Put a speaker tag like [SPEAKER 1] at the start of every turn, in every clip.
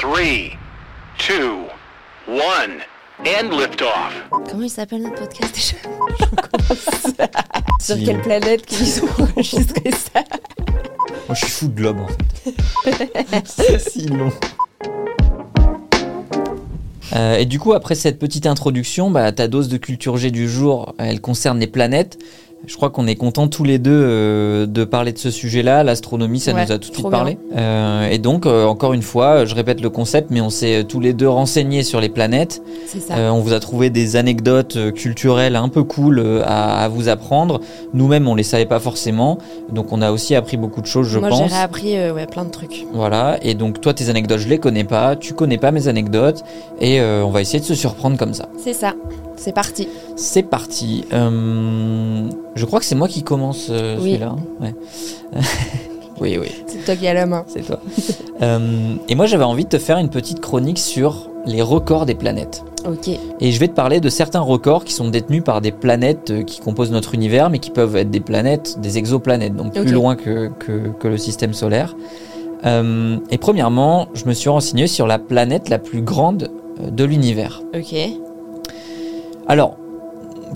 [SPEAKER 1] 3, 2, 1, and liftoff.
[SPEAKER 2] Comment il s'appelle notre podcast déjà Sur quelle planète qu'ils ont enregistré ça
[SPEAKER 3] Moi, je suis fou de globe en fait. C'est si long. Euh, et du coup, après cette petite introduction, bah, ta dose de culture G du jour, elle concerne les planètes. Je crois qu'on est contents tous les deux euh, de parler de ce sujet-là. L'astronomie, ça
[SPEAKER 2] Ouais,
[SPEAKER 3] nous a tout de suite
[SPEAKER 2] trop
[SPEAKER 3] parlé. Euh, et donc, euh, encore une fois, je répète le concept, mais on s'est euh, tous les deux renseignés sur les planètes.
[SPEAKER 2] C'est ça.
[SPEAKER 3] Euh, on vous a trouvé des anecdotes euh, culturelles un peu cool euh, à, à vous apprendre. Nous-mêmes, on les savait pas forcément, donc on a aussi appris beaucoup de choses, je
[SPEAKER 2] Moi, j'ai
[SPEAKER 3] pense.
[SPEAKER 2] réappris euh, ouais, plein de trucs.
[SPEAKER 3] Voilà. Et donc toi, tes anecdotes, je les connais pas. Tu connais pas mes anecdotes, et euh, on va essayer de se surprendre comme ça.
[SPEAKER 2] C'est ça. C'est parti.
[SPEAKER 3] C'est parti. Euh, je crois que c'est moi qui commence euh,
[SPEAKER 2] Oui.
[SPEAKER 3] celui-là. hein. Ouais. oui, oui,
[SPEAKER 2] C'est toi qui as la main.
[SPEAKER 3] c'est toi. Euh, et moi, j'avais envie de te faire une petite chronique sur les records des planètes.
[SPEAKER 2] Ok.
[SPEAKER 3] Et je vais te parler de certains records qui sont détenus par des planètes euh, qui composent notre univers, mais qui peuvent être des planètes, des exoplanètes, donc plus
[SPEAKER 2] Ok.
[SPEAKER 3] loin que, que, que le système solaire. Euh, et premièrement, je me suis renseigné sur la planète la plus grande euh, de l'univers.
[SPEAKER 2] Ok.
[SPEAKER 3] Alors,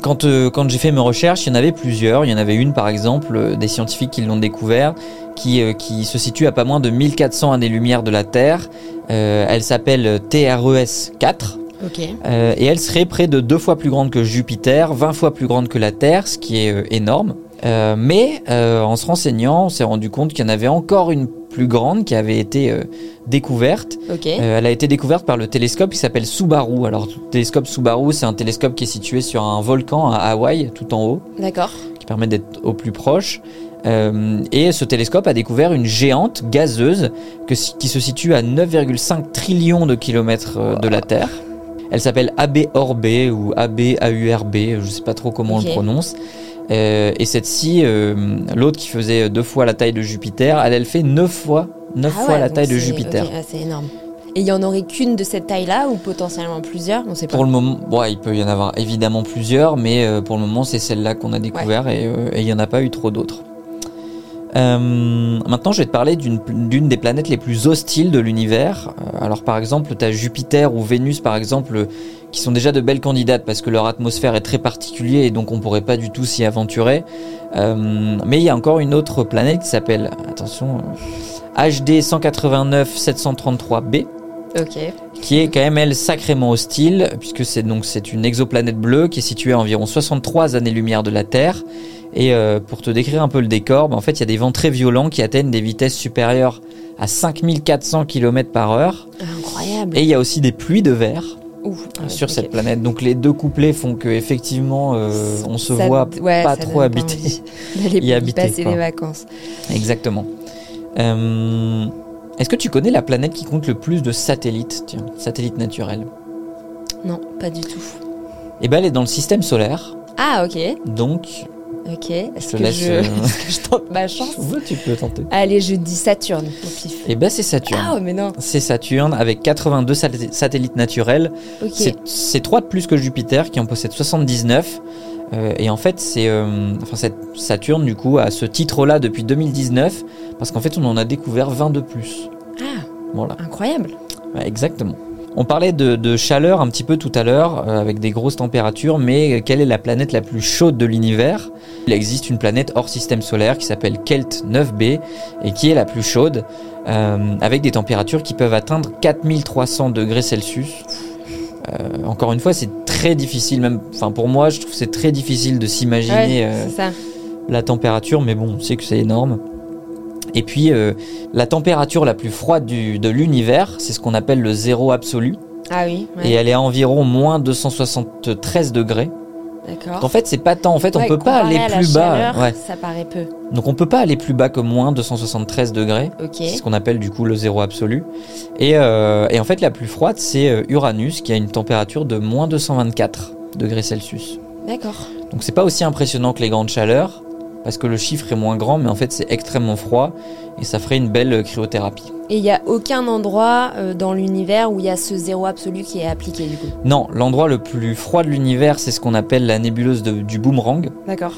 [SPEAKER 3] quand, euh, quand j'ai fait mes recherches, il y en avait plusieurs. Il y en avait une, par exemple, euh, des scientifiques qui l'ont découvert, qui, euh, qui se situe à pas moins de 1400 années-lumière de la Terre. Euh, elle s'appelle E TRES 4.
[SPEAKER 2] Ok.
[SPEAKER 3] Euh, et elle serait près de deux fois plus grande que Jupiter, 20 fois plus grande que la Terre, ce qui est euh, énorme. Euh, mais euh, en se renseignant, on s'est rendu compte qu'il y en avait encore une plus grande qui avait été euh, découverte.
[SPEAKER 2] Ok.
[SPEAKER 3] Euh, elle a été découverte par le télescope qui s'appelle Subaru. Alors, le télescope Subaru, c'est un télescope qui est situé sur un volcan à Hawaï, tout en haut,
[SPEAKER 2] D'accord.
[SPEAKER 3] qui permet d'être au plus proche. Euh, et ce télescope a découvert une géante gazeuse que- qui se situe à 9,5 trillions de kilomètres euh, de la Terre. Elle s'appelle AB Orbe ou AB AURB, je ne sais pas trop comment on
[SPEAKER 2] Ok.
[SPEAKER 3] le prononce. Euh, et cette-ci, euh, l'autre qui faisait deux fois la taille de Jupiter, elle, elle fait neuf fois, neuf
[SPEAKER 2] Ah
[SPEAKER 3] fois
[SPEAKER 2] ouais,
[SPEAKER 3] la
[SPEAKER 2] donc
[SPEAKER 3] taille de
[SPEAKER 2] c'est-
[SPEAKER 3] Jupiter.
[SPEAKER 2] ok, ah, c'est énorme. Et il y en aurait qu'une de cette taille-là ou potentiellement plusieurs On sait pas.
[SPEAKER 3] Pour le moment, ouais, il peut y en avoir évidemment plusieurs, mais euh, pour le moment, c'est celle-là qu'on a découvert et euh, et il n'y en a pas eu trop d'autres. Euh, maintenant, je vais te parler d'une d'une des planètes les plus hostiles de l'univers. Euh, alors, par exemple, tu as Jupiter ou Vénus, par exemple, euh, qui sont déjà de belles candidates parce que leur atmosphère est très particulière et donc on pourrait pas du tout s'y aventurer. Euh, mais il y a encore une autre planète qui s'appelle, attention, euh, HD 189 733b
[SPEAKER 2] Ok.
[SPEAKER 3] qui est quand même elle sacrément hostile puisque c'est donc c'est une exoplanète bleue qui est située à environ 63 années-lumière de la Terre et euh, pour te décrire un peu le décor, bah, en fait il y a des vents très violents qui atteignent des vitesses supérieures à 5400 km par heure
[SPEAKER 2] Ah, Incroyable.
[SPEAKER 3] et il y a aussi des pluies de verre
[SPEAKER 2] Ouf. Ah ouais,
[SPEAKER 3] sur
[SPEAKER 2] ok.
[SPEAKER 3] cette planète. Donc les deux couplets font que effectivement euh, on se
[SPEAKER 2] Ça-
[SPEAKER 3] voit
[SPEAKER 2] ouais,
[SPEAKER 3] pas
[SPEAKER 2] ça
[SPEAKER 3] trop
[SPEAKER 2] donne pas
[SPEAKER 3] habiter.
[SPEAKER 2] envie d'aller
[SPEAKER 3] y habiter,
[SPEAKER 2] passer
[SPEAKER 3] quoi.
[SPEAKER 2] les vacances.
[SPEAKER 3] Exactement. Euh, est-ce que tu connais la planète qui compte le plus de satellites, tiens, satellites naturels
[SPEAKER 2] Non, pas du tout.
[SPEAKER 3] Eh ben elle est dans le système solaire.
[SPEAKER 2] Ah, ok.
[SPEAKER 3] Donc,
[SPEAKER 2] Ok. Est-ce
[SPEAKER 3] te
[SPEAKER 2] que,
[SPEAKER 3] laisse,
[SPEAKER 2] je...
[SPEAKER 3] euh,
[SPEAKER 2] est-ce que je tente ma chance
[SPEAKER 3] tu peux tenter.
[SPEAKER 2] Allez, je dis Saturne au pif.
[SPEAKER 3] Et ben c'est Saturne.
[SPEAKER 2] Ah, mais non.
[SPEAKER 3] C'est Saturne avec 82 sat- satellites naturels.
[SPEAKER 2] Ok.
[SPEAKER 3] C'est- C'est 3 de plus que Jupiter qui en possède 79. Euh, et en fait, c'est euh, enfin cette Saturne du coup à ce titre-là depuis 2019 parce qu'en fait, on en a découvert 20 de plus.
[SPEAKER 2] Ah,
[SPEAKER 3] Voilà.
[SPEAKER 2] incroyable.
[SPEAKER 3] Ouais, exactement. On parlait de, de chaleur un petit peu tout à l'heure, euh, avec des grosses températures, mais euh, quelle est la planète la plus chaude de l'univers Il existe une planète hors système solaire qui s'appelle Kelt 9b et qui est la plus chaude, euh, avec des températures qui peuvent atteindre 4300 degrés Celsius. Euh, encore une fois, c'est très difficile, même enfin pour moi, je trouve que c'est très difficile de
[SPEAKER 2] ouais,
[SPEAKER 3] s'imaginer. euh,
[SPEAKER 2] c'est ça.
[SPEAKER 3] la température, mais bon, on sait que c'est énorme. Et puis, euh, la température la plus froide du- de l'univers, c'est ce qu'on appelle le zéro absolu,
[SPEAKER 2] Ah oui,
[SPEAKER 3] et
[SPEAKER 2] ouais,
[SPEAKER 3] elle est à environ moins 273 degrés.
[SPEAKER 2] d'accord.
[SPEAKER 3] En fait, c'est pas tant. En fait, on
[SPEAKER 2] Oh. Ouais,
[SPEAKER 3] peut pas
[SPEAKER 2] comparé
[SPEAKER 3] aller
[SPEAKER 2] à la
[SPEAKER 3] plus bas.
[SPEAKER 2] chaleur,
[SPEAKER 3] Ouais.
[SPEAKER 2] Ça paraît peu.
[SPEAKER 3] Donc, on peut pas aller plus bas que moins 273 degrés.
[SPEAKER 2] Ok.
[SPEAKER 3] C'est ce qu'on appelle du coup le zéro absolu. Et, euh, et en fait, la plus froide, c'est euh, Uranus, qui a une température de moins 224 degrés Celsius.
[SPEAKER 2] D'accord.
[SPEAKER 3] Donc c'est pas aussi impressionnant que les grandes chaleurs, parce que le chiffre est moins grand, mais en fait c'est extrêmement froid, et ça ferait une belle euh, cryothérapie.
[SPEAKER 2] Et il n'y a aucun endroit euh, dans l'univers où il y a ce zéro absolu qui est appliqué, du coup.
[SPEAKER 3] Non, l'endroit le plus froid de l'univers, c'est ce qu'on appelle la nébuleuse de- du boomerang,
[SPEAKER 2] D'accord.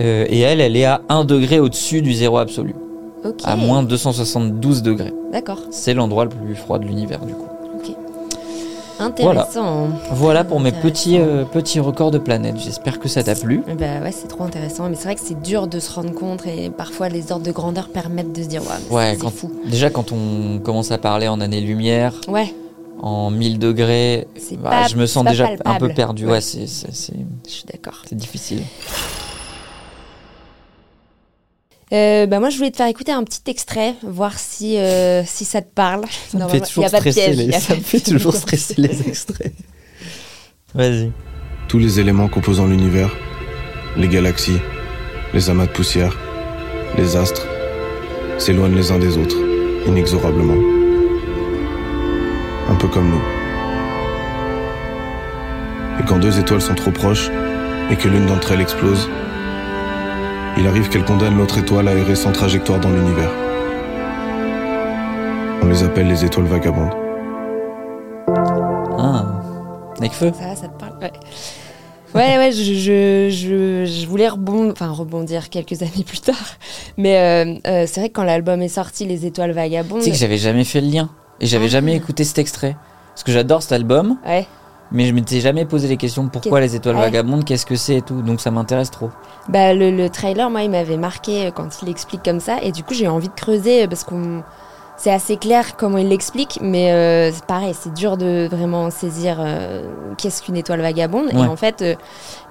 [SPEAKER 3] Euh, et elle, elle est à 1 degré au-dessus du zéro absolu,
[SPEAKER 2] Ok.
[SPEAKER 3] à moins 272 degrés.
[SPEAKER 2] D'accord.
[SPEAKER 3] C'est l'endroit le plus froid de l'univers du coup.
[SPEAKER 2] Intéressant.
[SPEAKER 3] Voilà pour mes
[SPEAKER 2] Intéressant.
[SPEAKER 3] petits, euh, petits records de planètes. J'espère que ça t'a plu.
[SPEAKER 2] Eh ben ouais, c'est trop intéressant. Mais c'est vrai que c'est dur de se rendre compte et parfois les ordres de grandeur permettent de se dire ouais, mais
[SPEAKER 3] Ouais,
[SPEAKER 2] c'est
[SPEAKER 3] quand-
[SPEAKER 2] fou.
[SPEAKER 3] Déjà, quand on commence à parler en années-lumière,
[SPEAKER 2] Ouais,
[SPEAKER 3] en 1000 degrés,
[SPEAKER 2] C'est
[SPEAKER 3] bah,
[SPEAKER 2] pas-
[SPEAKER 3] je me
[SPEAKER 2] c'est
[SPEAKER 3] sens
[SPEAKER 2] pas
[SPEAKER 3] déjà un
[SPEAKER 2] palpable.
[SPEAKER 3] peu perdu. Ouais,
[SPEAKER 2] Ouais.
[SPEAKER 3] c'est- c'est c'est-
[SPEAKER 2] je suis d'accord.
[SPEAKER 3] c'est difficile.
[SPEAKER 2] Euh, bah moi, je voulais te faire écouter un petit extrait, voir si euh, si ça te parle.
[SPEAKER 3] Ça me
[SPEAKER 2] Normalement,
[SPEAKER 3] fait
[SPEAKER 2] il y
[SPEAKER 3] toujours
[SPEAKER 2] a pas de
[SPEAKER 3] stresser
[SPEAKER 2] piège, il
[SPEAKER 3] les,
[SPEAKER 2] y a
[SPEAKER 3] ça
[SPEAKER 2] pas
[SPEAKER 3] me
[SPEAKER 2] de
[SPEAKER 3] fait
[SPEAKER 2] piège.
[SPEAKER 3] toujours stresser les extraits. Vas-y.
[SPEAKER 4] Tous les éléments composant l'univers, les galaxies, les amas de poussière, les astres, s'éloignent les uns des autres, inexorablement. Un peu comme nous. Et quand deux étoiles sont trop proches, et que l'une d'entre elles explose, il arrive qu'elle condamne l'autre étoile à errer sans trajectoire dans l'univers. On les appelle les étoiles vagabondes.
[SPEAKER 3] Ah. Necfeu
[SPEAKER 2] Ça, va, ça te parle. Ouais. Ouais, ouais, je, je, je, je voulais rebondir, enfin, rebondir quelques années plus tard. Mais euh, euh, c'est vrai que quand l'album est sorti, Les Étoiles Vagabondes.
[SPEAKER 3] Tu sais que j'avais jamais fait le lien. Et j'avais
[SPEAKER 2] Ah.
[SPEAKER 3] jamais écouté cet extrait. Parce que j'adore cet album,
[SPEAKER 2] Ouais.
[SPEAKER 3] mais je m'étais jamais posé les questions pourquoi les étoiles
[SPEAKER 2] Ouais.
[SPEAKER 3] vagabondes, qu'est-ce que c'est et tout. Donc ça m'intéresse trop.
[SPEAKER 2] Bah, le, le trailer, moi, il m'avait marqué euh, quand il explique comme ça. Et du coup, j'ai envie de creuser euh, parce qu'on. C'est assez clair comment il l'explique, mais euh, c'est pareil, c'est dur de vraiment saisir euh, qu'est-ce qu'une étoile vagabonde.
[SPEAKER 3] Ouais.
[SPEAKER 2] Et en fait, euh,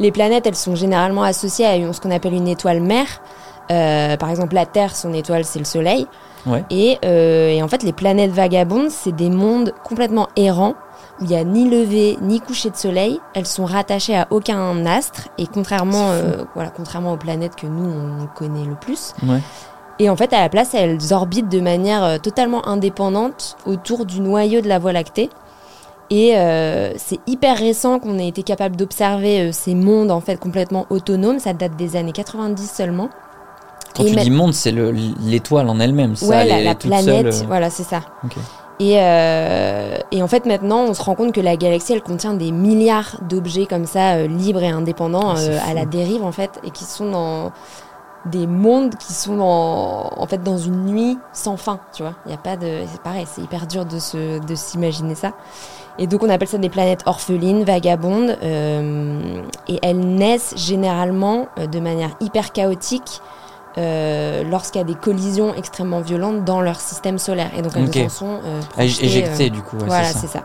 [SPEAKER 2] les planètes, elles sont généralement associées à une- ce qu'on appelle une étoile mère. Euh, par exemple, la Terre, son étoile, c'est le Soleil.
[SPEAKER 3] Ouais.
[SPEAKER 2] Et, euh, et en fait, les planètes vagabondes, c'est des mondes complètement errants où il n'y a ni lever ni coucher de soleil. Elles sont rattachées à aucun astre et contrairement,
[SPEAKER 3] C'est
[SPEAKER 2] euh, voilà, contrairement aux planètes que nous on connaît le plus.
[SPEAKER 3] Ouais.
[SPEAKER 2] Et en fait, à la place, elles orbitent de manière euh, totalement indépendante autour du noyau de la Voie lactée. Et euh, c'est hyper récent qu'on ait été capable d'observer euh, ces mondes en fait complètement autonomes. Ça date des années 90 seulement.
[SPEAKER 3] Quand
[SPEAKER 2] Et
[SPEAKER 3] tu
[SPEAKER 2] ma-
[SPEAKER 3] dis monde, c'est le- l'étoile en elle-même. ça,
[SPEAKER 2] ouais,
[SPEAKER 3] elle
[SPEAKER 2] la,
[SPEAKER 3] est
[SPEAKER 2] la
[SPEAKER 3] toute seule,
[SPEAKER 2] planète,
[SPEAKER 3] euh,
[SPEAKER 2] voilà, c'est ça.
[SPEAKER 3] ok.
[SPEAKER 2] Et, euh, et en fait, maintenant, on se rend compte que la galaxie, elle contient des milliards d'objets comme ça, euh, libres et indépendants,
[SPEAKER 3] Ah, c'est
[SPEAKER 2] euh,
[SPEAKER 3] fou.
[SPEAKER 2] à la dérive, en fait, et qui sont dans des mondes qui sont dans, en fait dans une nuit sans fin, tu vois. Il y a pas de... C'est pareil, c'est hyper dur de, se, de s'imaginer ça. Et donc, on appelle ça des planètes orphelines, vagabondes, euh, et elles naissent généralement euh, de manière hyper chaotique euh, lorsqu'il y a des collisions extrêmement violentes dans leur système solaire. Et donc, elles
[SPEAKER 3] Ok.
[SPEAKER 2] en sont euh,
[SPEAKER 3] Ah,
[SPEAKER 2] projetées,
[SPEAKER 3] Éjectée,
[SPEAKER 2] euh,
[SPEAKER 3] du coup. ouais,
[SPEAKER 2] voilà,
[SPEAKER 3] c'est ça.
[SPEAKER 2] c'est ça.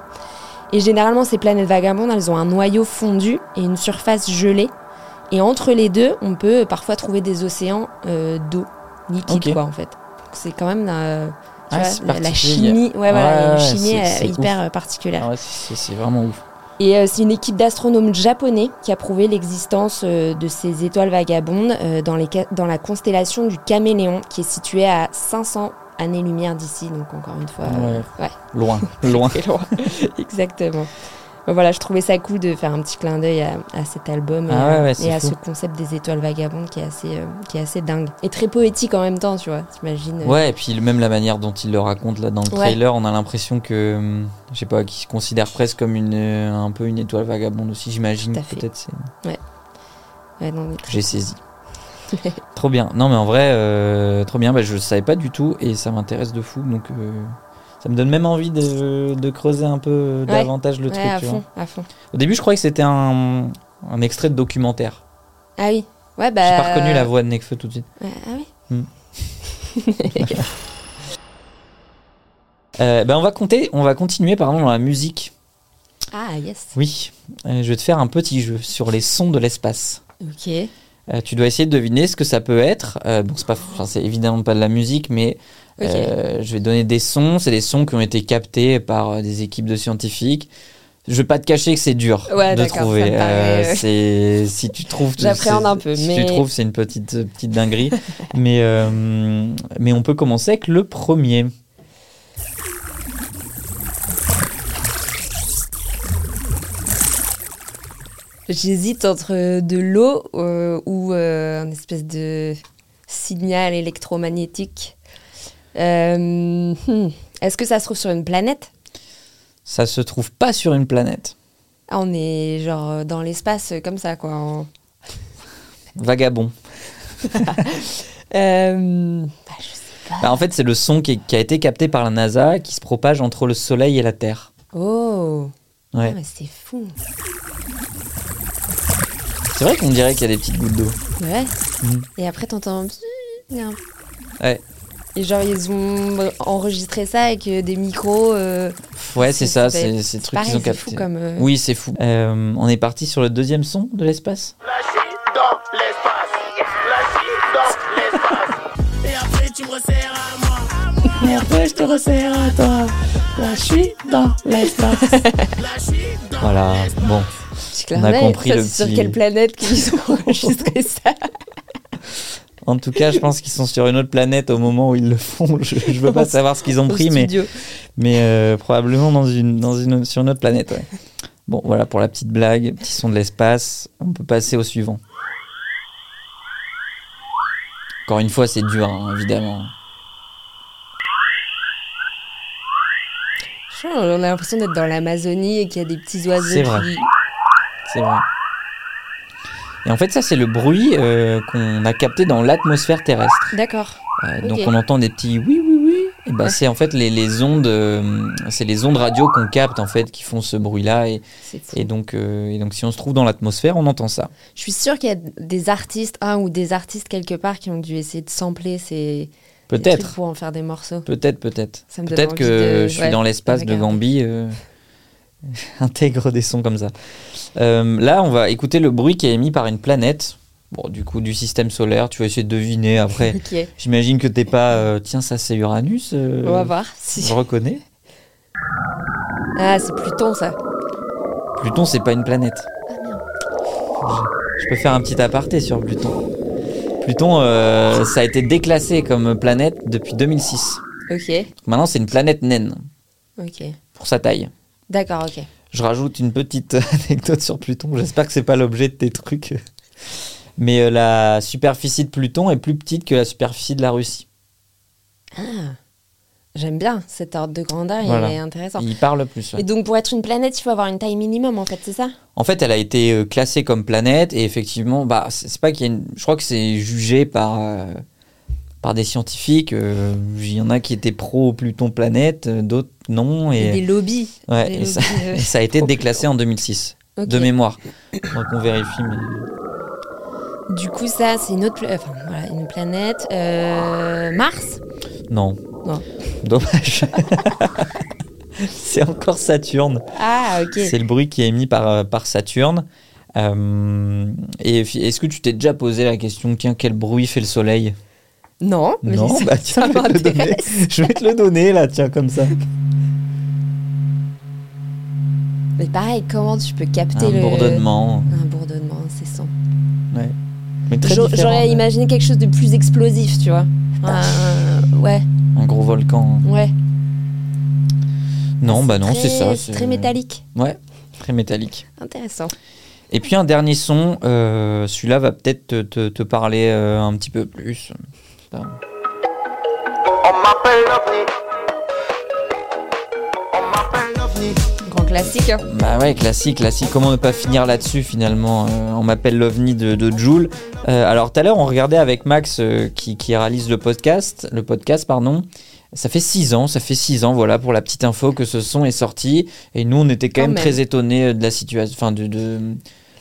[SPEAKER 2] Et généralement, ces planètes vagabondes, elles ont un noyau fondu et une surface gelée. Et entre les deux, on peut parfois trouver des océans euh, d'eau liquide,
[SPEAKER 3] Ok.
[SPEAKER 2] quoi, en fait. Donc, C'est quand même euh, tu
[SPEAKER 3] Ah,
[SPEAKER 2] vois,
[SPEAKER 3] c'est
[SPEAKER 2] la- la,
[SPEAKER 3] particulier.
[SPEAKER 2] chimie, ouais, voilà, il y a
[SPEAKER 3] Ouais,
[SPEAKER 2] une
[SPEAKER 3] ouais,
[SPEAKER 2] chimie
[SPEAKER 3] c'est-
[SPEAKER 2] euh,
[SPEAKER 3] c'est
[SPEAKER 2] hyper euh, particulière.
[SPEAKER 3] Ah ouais, c'est c'est vraiment ouf.
[SPEAKER 2] Et euh, c'est une équipe d'astronomes japonais qui a prouvé l'existence euh, de ces étoiles vagabondes euh, dans, les ca- dans la constellation du Caméléon, qui est située à 500 années-lumière d'ici. Donc encore une fois, euh, ouais.
[SPEAKER 3] Loin, loin.
[SPEAKER 2] très loin. Exactement. Bon, Voilà, je trouvais ça cool de faire un petit clin d'œil à, à cet album et,
[SPEAKER 3] Ah
[SPEAKER 2] à-
[SPEAKER 3] ouais, ouais,
[SPEAKER 2] et
[SPEAKER 3] c'est
[SPEAKER 2] à
[SPEAKER 3] fou.
[SPEAKER 2] ce concept des étoiles vagabondes qui est assez, euh, qui est assez dingue et très poétique en même temps, tu vois. T'imagines euh,
[SPEAKER 3] Ouais, et puis le- même la manière dont il le raconte là dans le
[SPEAKER 2] Ouais.
[SPEAKER 3] trailer, on a l'impression que, hum, je sais pas, qu'il se considère presque comme une, euh, un peu une étoile vagabonde aussi, j'imagine.
[SPEAKER 2] Tout à fait.
[SPEAKER 3] Peut-être c'est-
[SPEAKER 2] ouais, non, mais très-
[SPEAKER 3] j'ai saisi. trop bien. Non, mais en vrai, euh, trop bien. Bah, je savais pas du tout et ça m'intéresse de fou. Donc, euh, ça me donne même envie de, de creuser un peu euh, davantage le
[SPEAKER 2] Ouais,
[SPEAKER 3] truc.
[SPEAKER 2] à
[SPEAKER 3] tu
[SPEAKER 2] fond,
[SPEAKER 3] vois.
[SPEAKER 2] à fond.
[SPEAKER 3] Au début, je croyais que c'était un, un extrait de documentaire.
[SPEAKER 2] Ah oui. Ouais,
[SPEAKER 3] J'ai
[SPEAKER 2] bah.
[SPEAKER 3] pas reconnu la voix de Nekfeu tout de suite.
[SPEAKER 2] Ouais, ah oui.
[SPEAKER 3] Euh, bah, on va compter, on va continuer pardon dans la musique.
[SPEAKER 2] Ah yes.
[SPEAKER 3] Oui, Euh, je vais te faire un petit jeu sur les sons de l'espace.
[SPEAKER 2] Ok.
[SPEAKER 3] Euh, tu dois essayer de deviner ce que ça peut être. Euh, bon, c'est pas, enfin, c'est évidemment pas de la musique, mais
[SPEAKER 2] Ok.
[SPEAKER 3] euh, je vais donner des sons. C'est des sons qui ont été captés par euh, des équipes de scientifiques. Je vais pas te cacher que c'est dur
[SPEAKER 2] Ouais,
[SPEAKER 3] de
[SPEAKER 2] d'accord, ça me
[SPEAKER 3] trouver.
[SPEAKER 2] paraît, euh,
[SPEAKER 3] c'est si tu trouves,
[SPEAKER 2] J'appréhende
[SPEAKER 3] c'est-
[SPEAKER 2] un peu,
[SPEAKER 3] Si tu
[SPEAKER 2] mais-
[SPEAKER 3] trouves, c'est une petite euh, petite dinguerie. mais euh, mais on peut commencer avec le premier.
[SPEAKER 2] J'hésite entre de l'eau euh, ou euh, un espèce de signal électromagnétique. Euh, hmm. Est-ce que ça se trouve sur une planète
[SPEAKER 3] Ça se trouve pas sur une planète.
[SPEAKER 2] Ah, on est genre euh, dans l'espace euh, comme ça, quoi. en-
[SPEAKER 3] Vagabond.
[SPEAKER 2] Euh, bah, je sais pas.
[SPEAKER 3] Bah, en fait, c'est le son qui, est- qui a été capté par la NASA qui se propage entre le Soleil et la Terre.
[SPEAKER 2] Oh
[SPEAKER 3] Ouais.
[SPEAKER 2] Ah, mais c'est fou.
[SPEAKER 3] C'est vrai qu'on dirait qu'il y a des petites gouttes d'eau.
[SPEAKER 2] Ouais.
[SPEAKER 3] Mhm.
[SPEAKER 2] Et après, t'entends. un pssst, un
[SPEAKER 3] Ouais,
[SPEAKER 2] Et genre, ils ont enregistré ça avec euh, des micros. euh,
[SPEAKER 3] ouais c'est ça,
[SPEAKER 2] c'est-
[SPEAKER 3] c'est c'est le truc
[SPEAKER 2] pareil,
[SPEAKER 3] qu'ils ont
[SPEAKER 2] c'est
[SPEAKER 3] capté.
[SPEAKER 2] fou comme, euh,
[SPEAKER 3] Oui, c'est fou. Euh, on est parti sur le deuxième son de l'espace
[SPEAKER 5] dans l'espace. Lâché dans l'espace. Et après tu me resserres à moi. Et après je te resserre à toi. Lâché dans l'espace. Lâché dans
[SPEAKER 3] Voilà, bon.
[SPEAKER 2] je
[SPEAKER 3] On a
[SPEAKER 2] clairement,
[SPEAKER 3] compris
[SPEAKER 2] ça,
[SPEAKER 3] le
[SPEAKER 2] c'est sur
[SPEAKER 3] petit-
[SPEAKER 2] quelle planète qu'ils ont enregistré ça.
[SPEAKER 3] En tout cas, je pense qu'ils sont sur une autre planète au moment où ils le font. Je, je veux pas savoir ce qu'ils ont
[SPEAKER 2] au
[SPEAKER 3] pris, mais,
[SPEAKER 2] studio.
[SPEAKER 3] mais euh, probablement dans une, dans une, sur une autre planète. ouais. Bon, voilà pour la petite blague, petit son de l'espace. On peut passer au suivant. Encore une fois, c'est dur, hein, évidemment.
[SPEAKER 2] Je sais pas, On a l'impression d'être dans l'Amazonie et qu'il y a des petits oiseaux.
[SPEAKER 3] C'est vrai.
[SPEAKER 2] qui-
[SPEAKER 3] C'est vrai. Et en fait, ça, c'est le bruit euh, qu'on a capté dans l'atmosphère terrestre.
[SPEAKER 2] D'accord.
[SPEAKER 3] Euh,
[SPEAKER 2] Ok.
[SPEAKER 3] Donc on entend des petits oui oui oui. Et ben c'est en fait les, les ondes, euh, c'est les ondes radio qu'on capte en fait qui font ce bruit-là et,
[SPEAKER 2] C'est fou.
[SPEAKER 3] et donc euh, et donc si on se trouve dans l'atmosphère, on entend ça.
[SPEAKER 2] Je suis sûre qu'il y a des artistes, un ou des artistes quelque part, qui ont dû essayer de sampler ces ces trucs
[SPEAKER 3] Peut-être,
[SPEAKER 2] pour en faire des morceaux.
[SPEAKER 3] peut-être, peut-être.
[SPEAKER 2] Ça me donne
[SPEAKER 3] Peut-être
[SPEAKER 2] envie
[SPEAKER 3] que
[SPEAKER 2] de-
[SPEAKER 3] je suis
[SPEAKER 2] ouais,
[SPEAKER 3] dans l'espace de
[SPEAKER 2] regarder.
[SPEAKER 3] Gambie. euh, intègre des sons comme ça. Euh, là, on va écouter le bruit qui est émis par une planète. Bon, du coup, du système solaire, tu vas essayer de deviner après.
[SPEAKER 2] Ok,
[SPEAKER 3] J'imagine que t'es pas. euh, Tiens, ça c'est Uranus. euh,
[SPEAKER 2] on va voir.
[SPEAKER 3] Je
[SPEAKER 2] Si...
[SPEAKER 3] reconnais.
[SPEAKER 2] Ah, c'est Pluton ça.
[SPEAKER 3] Pluton, c'est pas une planète. Je peux faire un petit aparté sur Pluton. Pluton, euh, ça a été déclassé comme planète depuis 2006.
[SPEAKER 2] Ok,
[SPEAKER 3] Maintenant, c'est une planète naine
[SPEAKER 2] ok.
[SPEAKER 3] pour sa taille.
[SPEAKER 2] D'accord, ok.
[SPEAKER 3] Je rajoute une petite anecdote sur Pluton. J'espère que c'est pas l'objet de tes trucs. Mais euh, la superficie de Pluton est plus petite que la superficie de la Russie.
[SPEAKER 2] J'aime bien cet ordre de grandeur,
[SPEAKER 3] Voilà.
[SPEAKER 2] il est intéressant.
[SPEAKER 3] Il parle plus. ouais.
[SPEAKER 2] Et donc pour être une planète, il faut avoir une taille minimum en fait, c'est ça
[SPEAKER 3] En fait, elle a été euh, classée comme planète et effectivement, bah, c'est c'est pas qu'il y a une... Je crois que c'est jugé par, euh, par des scientifiques. euh, Il y en a qui étaient pro Pluton planète, euh, d'autres non.
[SPEAKER 2] Il y a
[SPEAKER 3] Et,
[SPEAKER 2] Des lobbies.
[SPEAKER 3] ouais,
[SPEAKER 2] des
[SPEAKER 3] et ça,
[SPEAKER 2] lobbies, euh,
[SPEAKER 3] et ça a été
[SPEAKER 2] pro
[SPEAKER 3] déclassé en 2006,
[SPEAKER 2] Ok.
[SPEAKER 3] de mémoire. Donc on vérifie. mais-
[SPEAKER 2] Du coup, ça, c'est une autre pla- euh, enfin, voilà, une planète. Euh, Mars
[SPEAKER 3] Non.
[SPEAKER 2] Non.
[SPEAKER 3] Dommage. c'est encore Saturne.
[SPEAKER 2] Ah, ok.
[SPEAKER 3] C'est le bruit qui est émis par, euh, par Saturne. Euh, et fi- est-ce que tu t'es déjà posé la question, tiens, quel bruit fait le soleil
[SPEAKER 2] Non, mais
[SPEAKER 3] Non,
[SPEAKER 2] ça,
[SPEAKER 3] bah
[SPEAKER 2] ça
[SPEAKER 3] tiens, je vais, te le donner.
[SPEAKER 2] m'intéresse.
[SPEAKER 3] je vais te le donner là, tiens, comme ça.
[SPEAKER 2] Mais pareil, comment tu peux capter
[SPEAKER 3] Un
[SPEAKER 2] le.
[SPEAKER 3] bourdonnement.
[SPEAKER 2] Un bourdonnement incessant.
[SPEAKER 3] Mais très
[SPEAKER 2] J'aurais
[SPEAKER 3] différent,
[SPEAKER 2] j'aurais
[SPEAKER 3] ouais.
[SPEAKER 2] imaginé quelque chose de plus explosif, tu vois. Ah. Un- ouais,
[SPEAKER 3] Un gros volcan.
[SPEAKER 2] ouais.
[SPEAKER 3] Non, bah non,
[SPEAKER 2] Très-
[SPEAKER 3] c'est ça.
[SPEAKER 2] C'est très métallique.
[SPEAKER 3] Ouais, très métallique.
[SPEAKER 2] Intéressant.
[SPEAKER 3] Et puis un dernier son, euh, celui-là va peut-être te, te- te parler euh, un petit peu plus.
[SPEAKER 5] On m'appelle l'OVNI. On m'appelle l'OVNI.
[SPEAKER 2] Grand classique. hein.
[SPEAKER 3] Bah ouais, classique, classique. Comment ne pas finir là-dessus finalement Euh, On m'appelle l'OVNI de, de Joule. Euh, alors tout à l'heure, on regardait avec Max euh, qui, qui réalise le podcast, le podcast pardon. Ça fait six ans, ça fait six ans, voilà, pour la petite info que ce son est sorti. Et nous, on était quand,
[SPEAKER 2] Quand
[SPEAKER 3] même,
[SPEAKER 2] même.
[SPEAKER 3] très étonnés euh, de la situation, enfin de, de,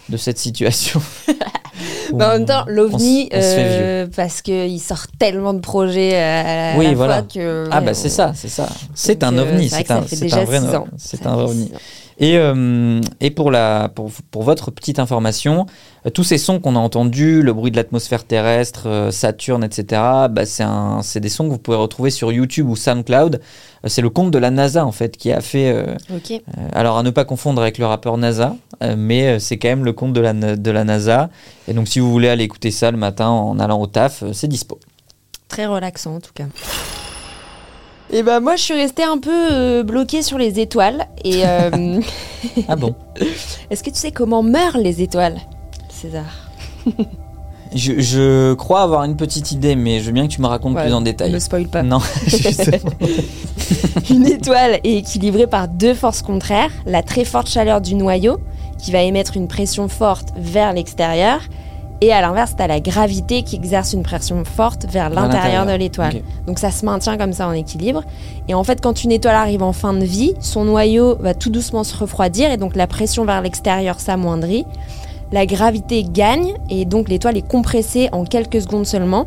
[SPEAKER 3] de cette situation.
[SPEAKER 2] Mais Bah, en même temps, l'OVNI,
[SPEAKER 3] on se fait
[SPEAKER 2] euh, parce qu'il sort tellement de projets euh, à la,
[SPEAKER 3] Oui,
[SPEAKER 2] à la
[SPEAKER 3] voilà.
[SPEAKER 2] fois que.
[SPEAKER 3] ah
[SPEAKER 2] ouais,
[SPEAKER 3] bah
[SPEAKER 2] on-
[SPEAKER 3] c'est ça, c'est ça. C'est
[SPEAKER 2] Donc,
[SPEAKER 3] un
[SPEAKER 2] euh,
[SPEAKER 3] ovni,
[SPEAKER 2] c'est vrai
[SPEAKER 3] c'est
[SPEAKER 2] que ça
[SPEAKER 3] un,
[SPEAKER 2] fait
[SPEAKER 3] c'est
[SPEAKER 2] déjà
[SPEAKER 3] un vrai,
[SPEAKER 2] six ans.
[SPEAKER 3] c'est
[SPEAKER 2] Ça
[SPEAKER 3] un
[SPEAKER 2] fait
[SPEAKER 3] vrai
[SPEAKER 2] six
[SPEAKER 3] ovni.
[SPEAKER 2] ans.
[SPEAKER 3] Et, euh, et pour, la, pour, pour votre petite information, euh, tous ces sons qu'on a entendus, le bruit de l'atmosphère terrestre, euh, Saturne, etc., bah, c'est un- c'est des sons que vous pouvez retrouver sur YouTube ou SoundCloud. Euh, c'est le compte de la NASA, en fait, qui a fait... euh,
[SPEAKER 2] Ok.
[SPEAKER 3] euh, alors, à ne pas confondre avec le rappeur NASA, euh, mais euh, c'est quand même le compte de la, na- de la NASA. Et donc, si vous voulez aller écouter ça le matin en allant au taf, euh, c'est dispo.
[SPEAKER 2] Très relaxant en tout cas. Et ben moi je suis restée un peu euh, bloquée sur les étoiles. Et euh,
[SPEAKER 3] Ah bon
[SPEAKER 2] est-ce que tu sais comment meurent les étoiles, César
[SPEAKER 3] je, je crois avoir une petite idée, mais je veux bien que tu me racontes
[SPEAKER 2] Ouais,
[SPEAKER 3] plus en
[SPEAKER 2] Ne
[SPEAKER 3] détail.
[SPEAKER 2] spoil pas.
[SPEAKER 3] Non, justement.
[SPEAKER 2] Une étoile est équilibrée par deux forces contraires, la très forte chaleur du noyau, qui va émettre une pression forte vers l'extérieur, Et à l'inverse, tu as la gravité qui exerce une pression forte vers l'intérieur de l'étoile.
[SPEAKER 3] Ok.
[SPEAKER 2] Donc ça se maintient comme ça en équilibre. Et en fait, quand une étoile arrive en fin de vie, son noyau va tout doucement se refroidir et donc la pression vers l'extérieur s'amoindrit. La gravité gagne et donc l'étoile est compressée en quelques secondes seulement.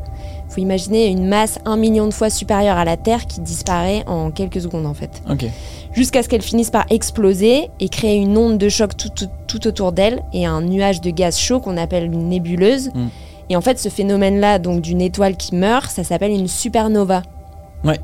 [SPEAKER 2] Faut imaginer une masse un million de fois supérieure à la Terre qui disparaît en quelques secondes en fait
[SPEAKER 3] Ok.
[SPEAKER 2] jusqu'à ce qu'elle finisse par exploser et créer une onde de choc tout, tout- tout autour d'elle et un nuage de gaz chaud qu'on appelle une nébuleuse.
[SPEAKER 3] Mm.
[SPEAKER 2] Et en fait, ce phénomène-là, donc d'une étoile qui meurt, ça s'appelle une supernova.
[SPEAKER 3] Ouais.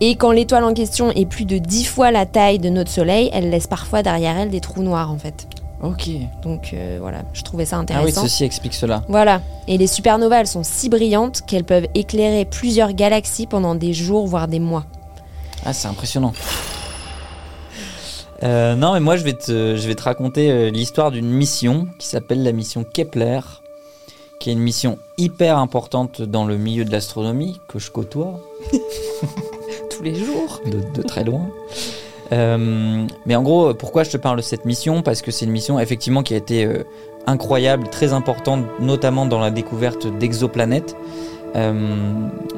[SPEAKER 2] Et quand l'étoile en question est plus de 10 fois la taille de notre Soleil, elle laisse parfois derrière elle des trous noirs en fait.
[SPEAKER 3] Ok.
[SPEAKER 2] Donc euh, voilà, je trouvais ça
[SPEAKER 3] Ah oui,
[SPEAKER 2] intéressant.
[SPEAKER 3] ceci explique cela.
[SPEAKER 2] voilà. Et les supernovas, elles sont si brillantes qu'elles peuvent éclairer plusieurs galaxies pendant des jours, voire des mois.
[SPEAKER 3] Ah, c'est impressionnant. Euh, non, mais moi je vais te, je vais te raconter euh, l'histoire d'une mission qui s'appelle la mission Kepler, qui est une mission hyper importante dans le milieu de l'astronomie que je côtoie
[SPEAKER 2] Tous les jours
[SPEAKER 3] de, de très loin. Euh, mais en gros, pourquoi je te parle de cette mission Parce que c'est une mission effectivement qui a été euh, incroyable, très importante, notamment dans la découverte d'exoplanètes. Euh,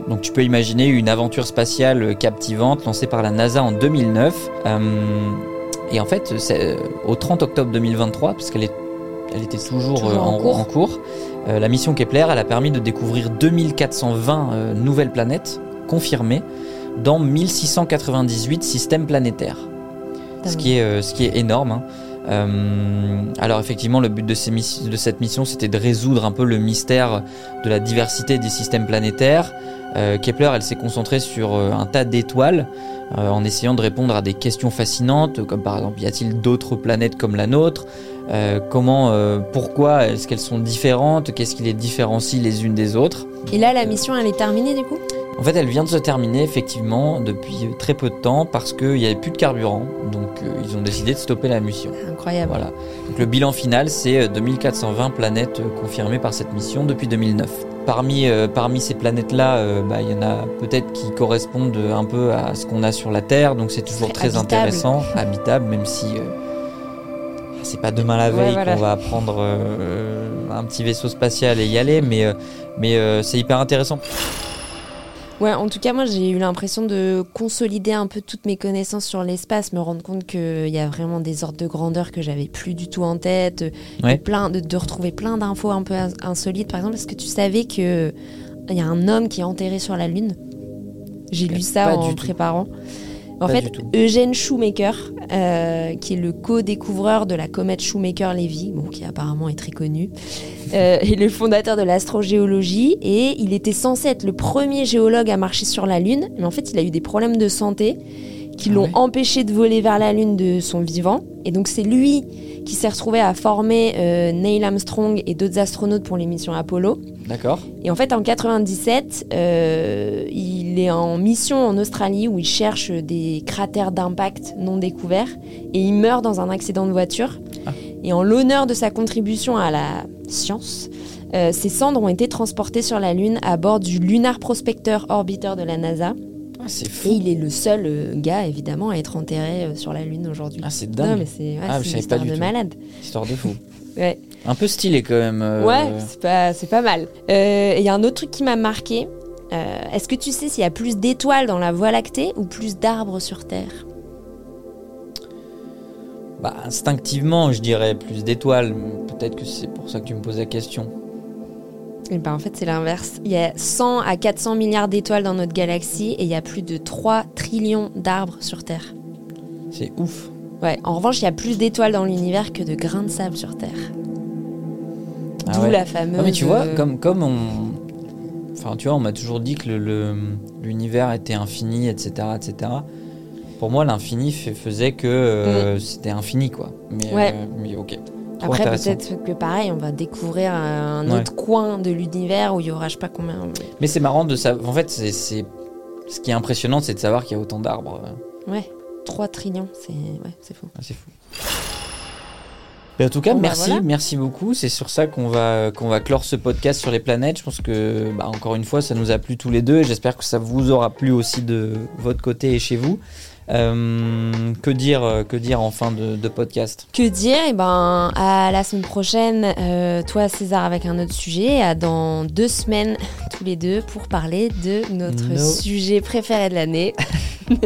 [SPEAKER 3] donc tu peux imaginer une aventure spatiale captivante lancée par la NASA en 2009. Euh, et en fait, c'est, euh, au 30 octobre 2023, parce qu'elle est- elle était toujours,
[SPEAKER 2] Toujours
[SPEAKER 3] euh,
[SPEAKER 2] en
[SPEAKER 3] en,
[SPEAKER 2] cours.
[SPEAKER 3] en cours, euh, la mission Kepler, elle a permis de découvrir 2420 euh, nouvelles planètes confirmées dans 1698 systèmes planétaires. Ce qui est, euh, ce qui est énorme. hein. Euh, alors effectivement, le but de, ces miss- de cette mission, c'était de résoudre un peu le mystère de la diversité des systèmes planétaires. Euh, Kepler, elle s'est concentrée sur euh, un tas d'étoiles euh, en essayant de répondre à des questions fascinantes, comme par exemple, y a-t-il d'autres planètes comme la nôtre Euh, Comment, euh, pourquoi est-ce qu'elles sont différentes Qu'est-ce qui les différencie les unes des autres
[SPEAKER 2] Et là, la mission, elle est terminée du coup
[SPEAKER 3] en fait, elle vient de se terminer effectivement depuis euh, très peu de temps parce qu'il n'y avait plus de carburant, donc euh, ils ont décidé de stopper la mission.
[SPEAKER 2] Incroyable.
[SPEAKER 3] Voilà. Donc le bilan final, c'est euh, 2420 planètes euh, confirmées par cette mission depuis 2009. Parmi, euh, parmi ces planètes-là, euh, bah, il y en a peut-être qui correspondent euh, un peu à ce qu'on a sur la Terre, donc c'est toujours
[SPEAKER 2] C'est
[SPEAKER 3] très
[SPEAKER 2] habitable.
[SPEAKER 3] intéressant, habitable, même si euh, ah, c'est pas demain la
[SPEAKER 2] Ouais,
[SPEAKER 3] veille
[SPEAKER 2] voilà.
[SPEAKER 3] qu'on va prendre euh, un petit vaisseau spatial et y aller, mais, euh, mais euh, c'est hyper intéressant.
[SPEAKER 2] Ouais, en tout cas, moi, j'ai eu l'impression de consolider un peu toutes mes connaissances sur l'espace, me rendre compte qu'il y a vraiment des ordres de grandeur que j'avais plus du tout en tête, euh,
[SPEAKER 3] Ouais.
[SPEAKER 2] et plein de, de retrouver plein d'infos un peu ins- insolites. Par exemple, est-ce que tu savais que euh, il y a un homme qui est enterré sur la Lune J'ai lu ça
[SPEAKER 3] Pas
[SPEAKER 2] en
[SPEAKER 3] du tout.
[SPEAKER 2] préparant. En
[SPEAKER 3] Pas
[SPEAKER 2] fait,
[SPEAKER 3] du tout.
[SPEAKER 2] Eugène Shoemaker, euh, qui est le co-découvreur de la comète Shoemaker-Levy, bon, qui apparemment est très connu, euh, est le fondateur de l'astrogéologie et il était censé être le premier géologue à marcher sur la Lune, mais en fait, il a eu des problèmes de santé qui
[SPEAKER 3] Ah
[SPEAKER 2] l'ont
[SPEAKER 3] ouais.
[SPEAKER 2] empêché de voler vers la Lune de son vivant. Et donc, c'est lui qui s'est retrouvé à former euh, Neil Armstrong et d'autres astronautes pour les missions Apollo.
[SPEAKER 3] D'accord
[SPEAKER 2] Et en fait, en 97, euh, il est en mission en Australie où il cherche des cratères d'impact non découverts et il meurt dans un accident de voiture.
[SPEAKER 3] Ah.
[SPEAKER 2] Et en l'honneur de sa contribution à la science, euh, ses cendres ont été transportées sur la Lune à bord du Lunar Prospector Orbiter de la NASA.
[SPEAKER 3] C'est
[SPEAKER 2] Et
[SPEAKER 3] fou.
[SPEAKER 2] il est le seul euh, gars, évidemment, à être enterré euh, sur la Lune aujourd'hui.
[SPEAKER 3] Ah, c'est
[SPEAKER 2] Non,
[SPEAKER 3] dingue.
[SPEAKER 2] mais c'est ouais,
[SPEAKER 3] Ah,
[SPEAKER 2] c'est
[SPEAKER 3] je
[SPEAKER 2] une
[SPEAKER 3] savais pas
[SPEAKER 2] histoire
[SPEAKER 3] du
[SPEAKER 2] de
[SPEAKER 3] tout.
[SPEAKER 2] malade.
[SPEAKER 3] Histoire de fou.
[SPEAKER 2] Ouais.
[SPEAKER 3] Un peu stylé quand même. euh,
[SPEAKER 2] Ouais, c'est pas, c'est pas mal. Euh, et Il y a un autre truc qui m'a marqué. Euh, Est-ce que tu sais s'il y a plus d'étoiles dans la Voie lactée ou plus d'arbres sur Terre
[SPEAKER 3] Bah, instinctivement, je dirais plus d'étoiles. Peut-être que c'est pour ça que tu me poses la question.
[SPEAKER 2] Eh ben, en fait, c'est l'inverse. Il y a 100 à 400 milliards d'étoiles dans notre galaxie et il y a plus de 3 trillions d'arbres sur Terre.
[SPEAKER 3] C'est ouf.
[SPEAKER 2] Ouais, en revanche, il y a plus d'étoiles dans l'univers que de grains de sable sur Terre.
[SPEAKER 3] Ah
[SPEAKER 2] D'où
[SPEAKER 3] ouais.
[SPEAKER 2] la fameuse.
[SPEAKER 3] Non, mais tu vois,
[SPEAKER 2] euh,
[SPEAKER 3] comme, comme on. Enfin, tu vois, on m'a toujours dit que le- le- l'univers était infini, etc., etc. Pour moi, l'infini fait- faisait que euh, c'était infini, quoi. Mais,
[SPEAKER 2] Mm. Ouais.
[SPEAKER 3] euh, mais ok. Trop
[SPEAKER 2] Après,
[SPEAKER 3] intéressant.
[SPEAKER 2] peut-être que pareil, on va découvrir euh, un
[SPEAKER 3] Ouais.
[SPEAKER 2] autre coin de l'univers où il y aura je sais pas combien.
[SPEAKER 3] Mais c'est marrant de savoir. En fait, c'est c'est- ce qui est impressionnant, c'est de savoir qu'il y a autant d'arbres.
[SPEAKER 2] Ouais, 3 trillions, c'est ouais, c'est fou.
[SPEAKER 3] Ah, c'est fou. Mais en tout cas,
[SPEAKER 2] Bon, bah,
[SPEAKER 3] merci,
[SPEAKER 2] voilà.
[SPEAKER 3] merci beaucoup. C'est sur ça qu'on va qu'on va clore ce podcast sur les planètes. Je pense que bah, encore une fois, ça nous a plu tous les deux. et J'espère que ça vous aura plu aussi de votre côté et chez vous. Euh, que dire, euh, que dire en fin de, de podcast
[SPEAKER 2] Que dire Eh ben, à la semaine prochaine, euh, toi César avec un autre sujet, à dans deux semaines tous les deux pour parler de notre
[SPEAKER 3] No.
[SPEAKER 2] sujet préféré de l'année,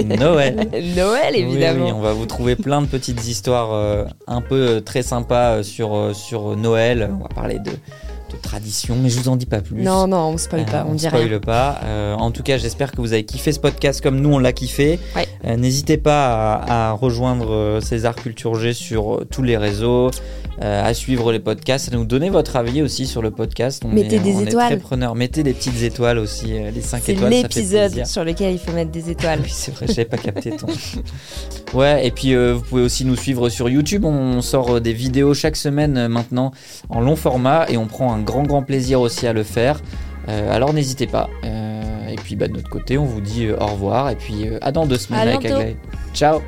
[SPEAKER 3] Noël.
[SPEAKER 2] Noël
[SPEAKER 3] Oui,
[SPEAKER 2] évidemment.
[SPEAKER 3] oui, on va vous trouver plein de petites histoires euh, un peu euh, très sympas euh, sur, euh, sur Noël. On va parler de, de tradition, mais je vous en dis pas plus.
[SPEAKER 2] Non, non, on spoil
[SPEAKER 3] Euh,
[SPEAKER 2] pas, on, dit
[SPEAKER 3] spoil
[SPEAKER 2] rien.
[SPEAKER 3] pas. Euh, en tout cas, j'espère que vous avez kiffé ce podcast comme nous on l'a kiffé.
[SPEAKER 2] Ouais.
[SPEAKER 3] Euh, N'hésitez pas à, à rejoindre euh, César Culture G sur euh, tous les réseaux, euh, à suivre les podcasts, à nous donner votre avis aussi sur le podcast. On
[SPEAKER 2] Mettez
[SPEAKER 3] est,
[SPEAKER 2] des
[SPEAKER 3] on est
[SPEAKER 2] étoiles.
[SPEAKER 3] très preneurs. Mettez des petites étoiles aussi, euh, les 5
[SPEAKER 2] C'est
[SPEAKER 3] étoiles. ça fait
[SPEAKER 2] l'épisode
[SPEAKER 3] plaisir.
[SPEAKER 2] sur lequel il faut mettre des étoiles.
[SPEAKER 3] Oui, c'est vrai, j'avais pas capté ton. Ouais, et puis euh, vous pouvez aussi nous suivre sur YouTube. On sort euh, des vidéos chaque semaine euh, maintenant en long format et on prend un grand, grand plaisir aussi à le faire. Euh, alors n'hésitez pas. Euh, et puis bah, de notre côté, on vous dit euh, au revoir et puis euh, à dans deux semaines
[SPEAKER 2] À
[SPEAKER 3] avec
[SPEAKER 2] bientôt.
[SPEAKER 3] Aglaé. Ciao!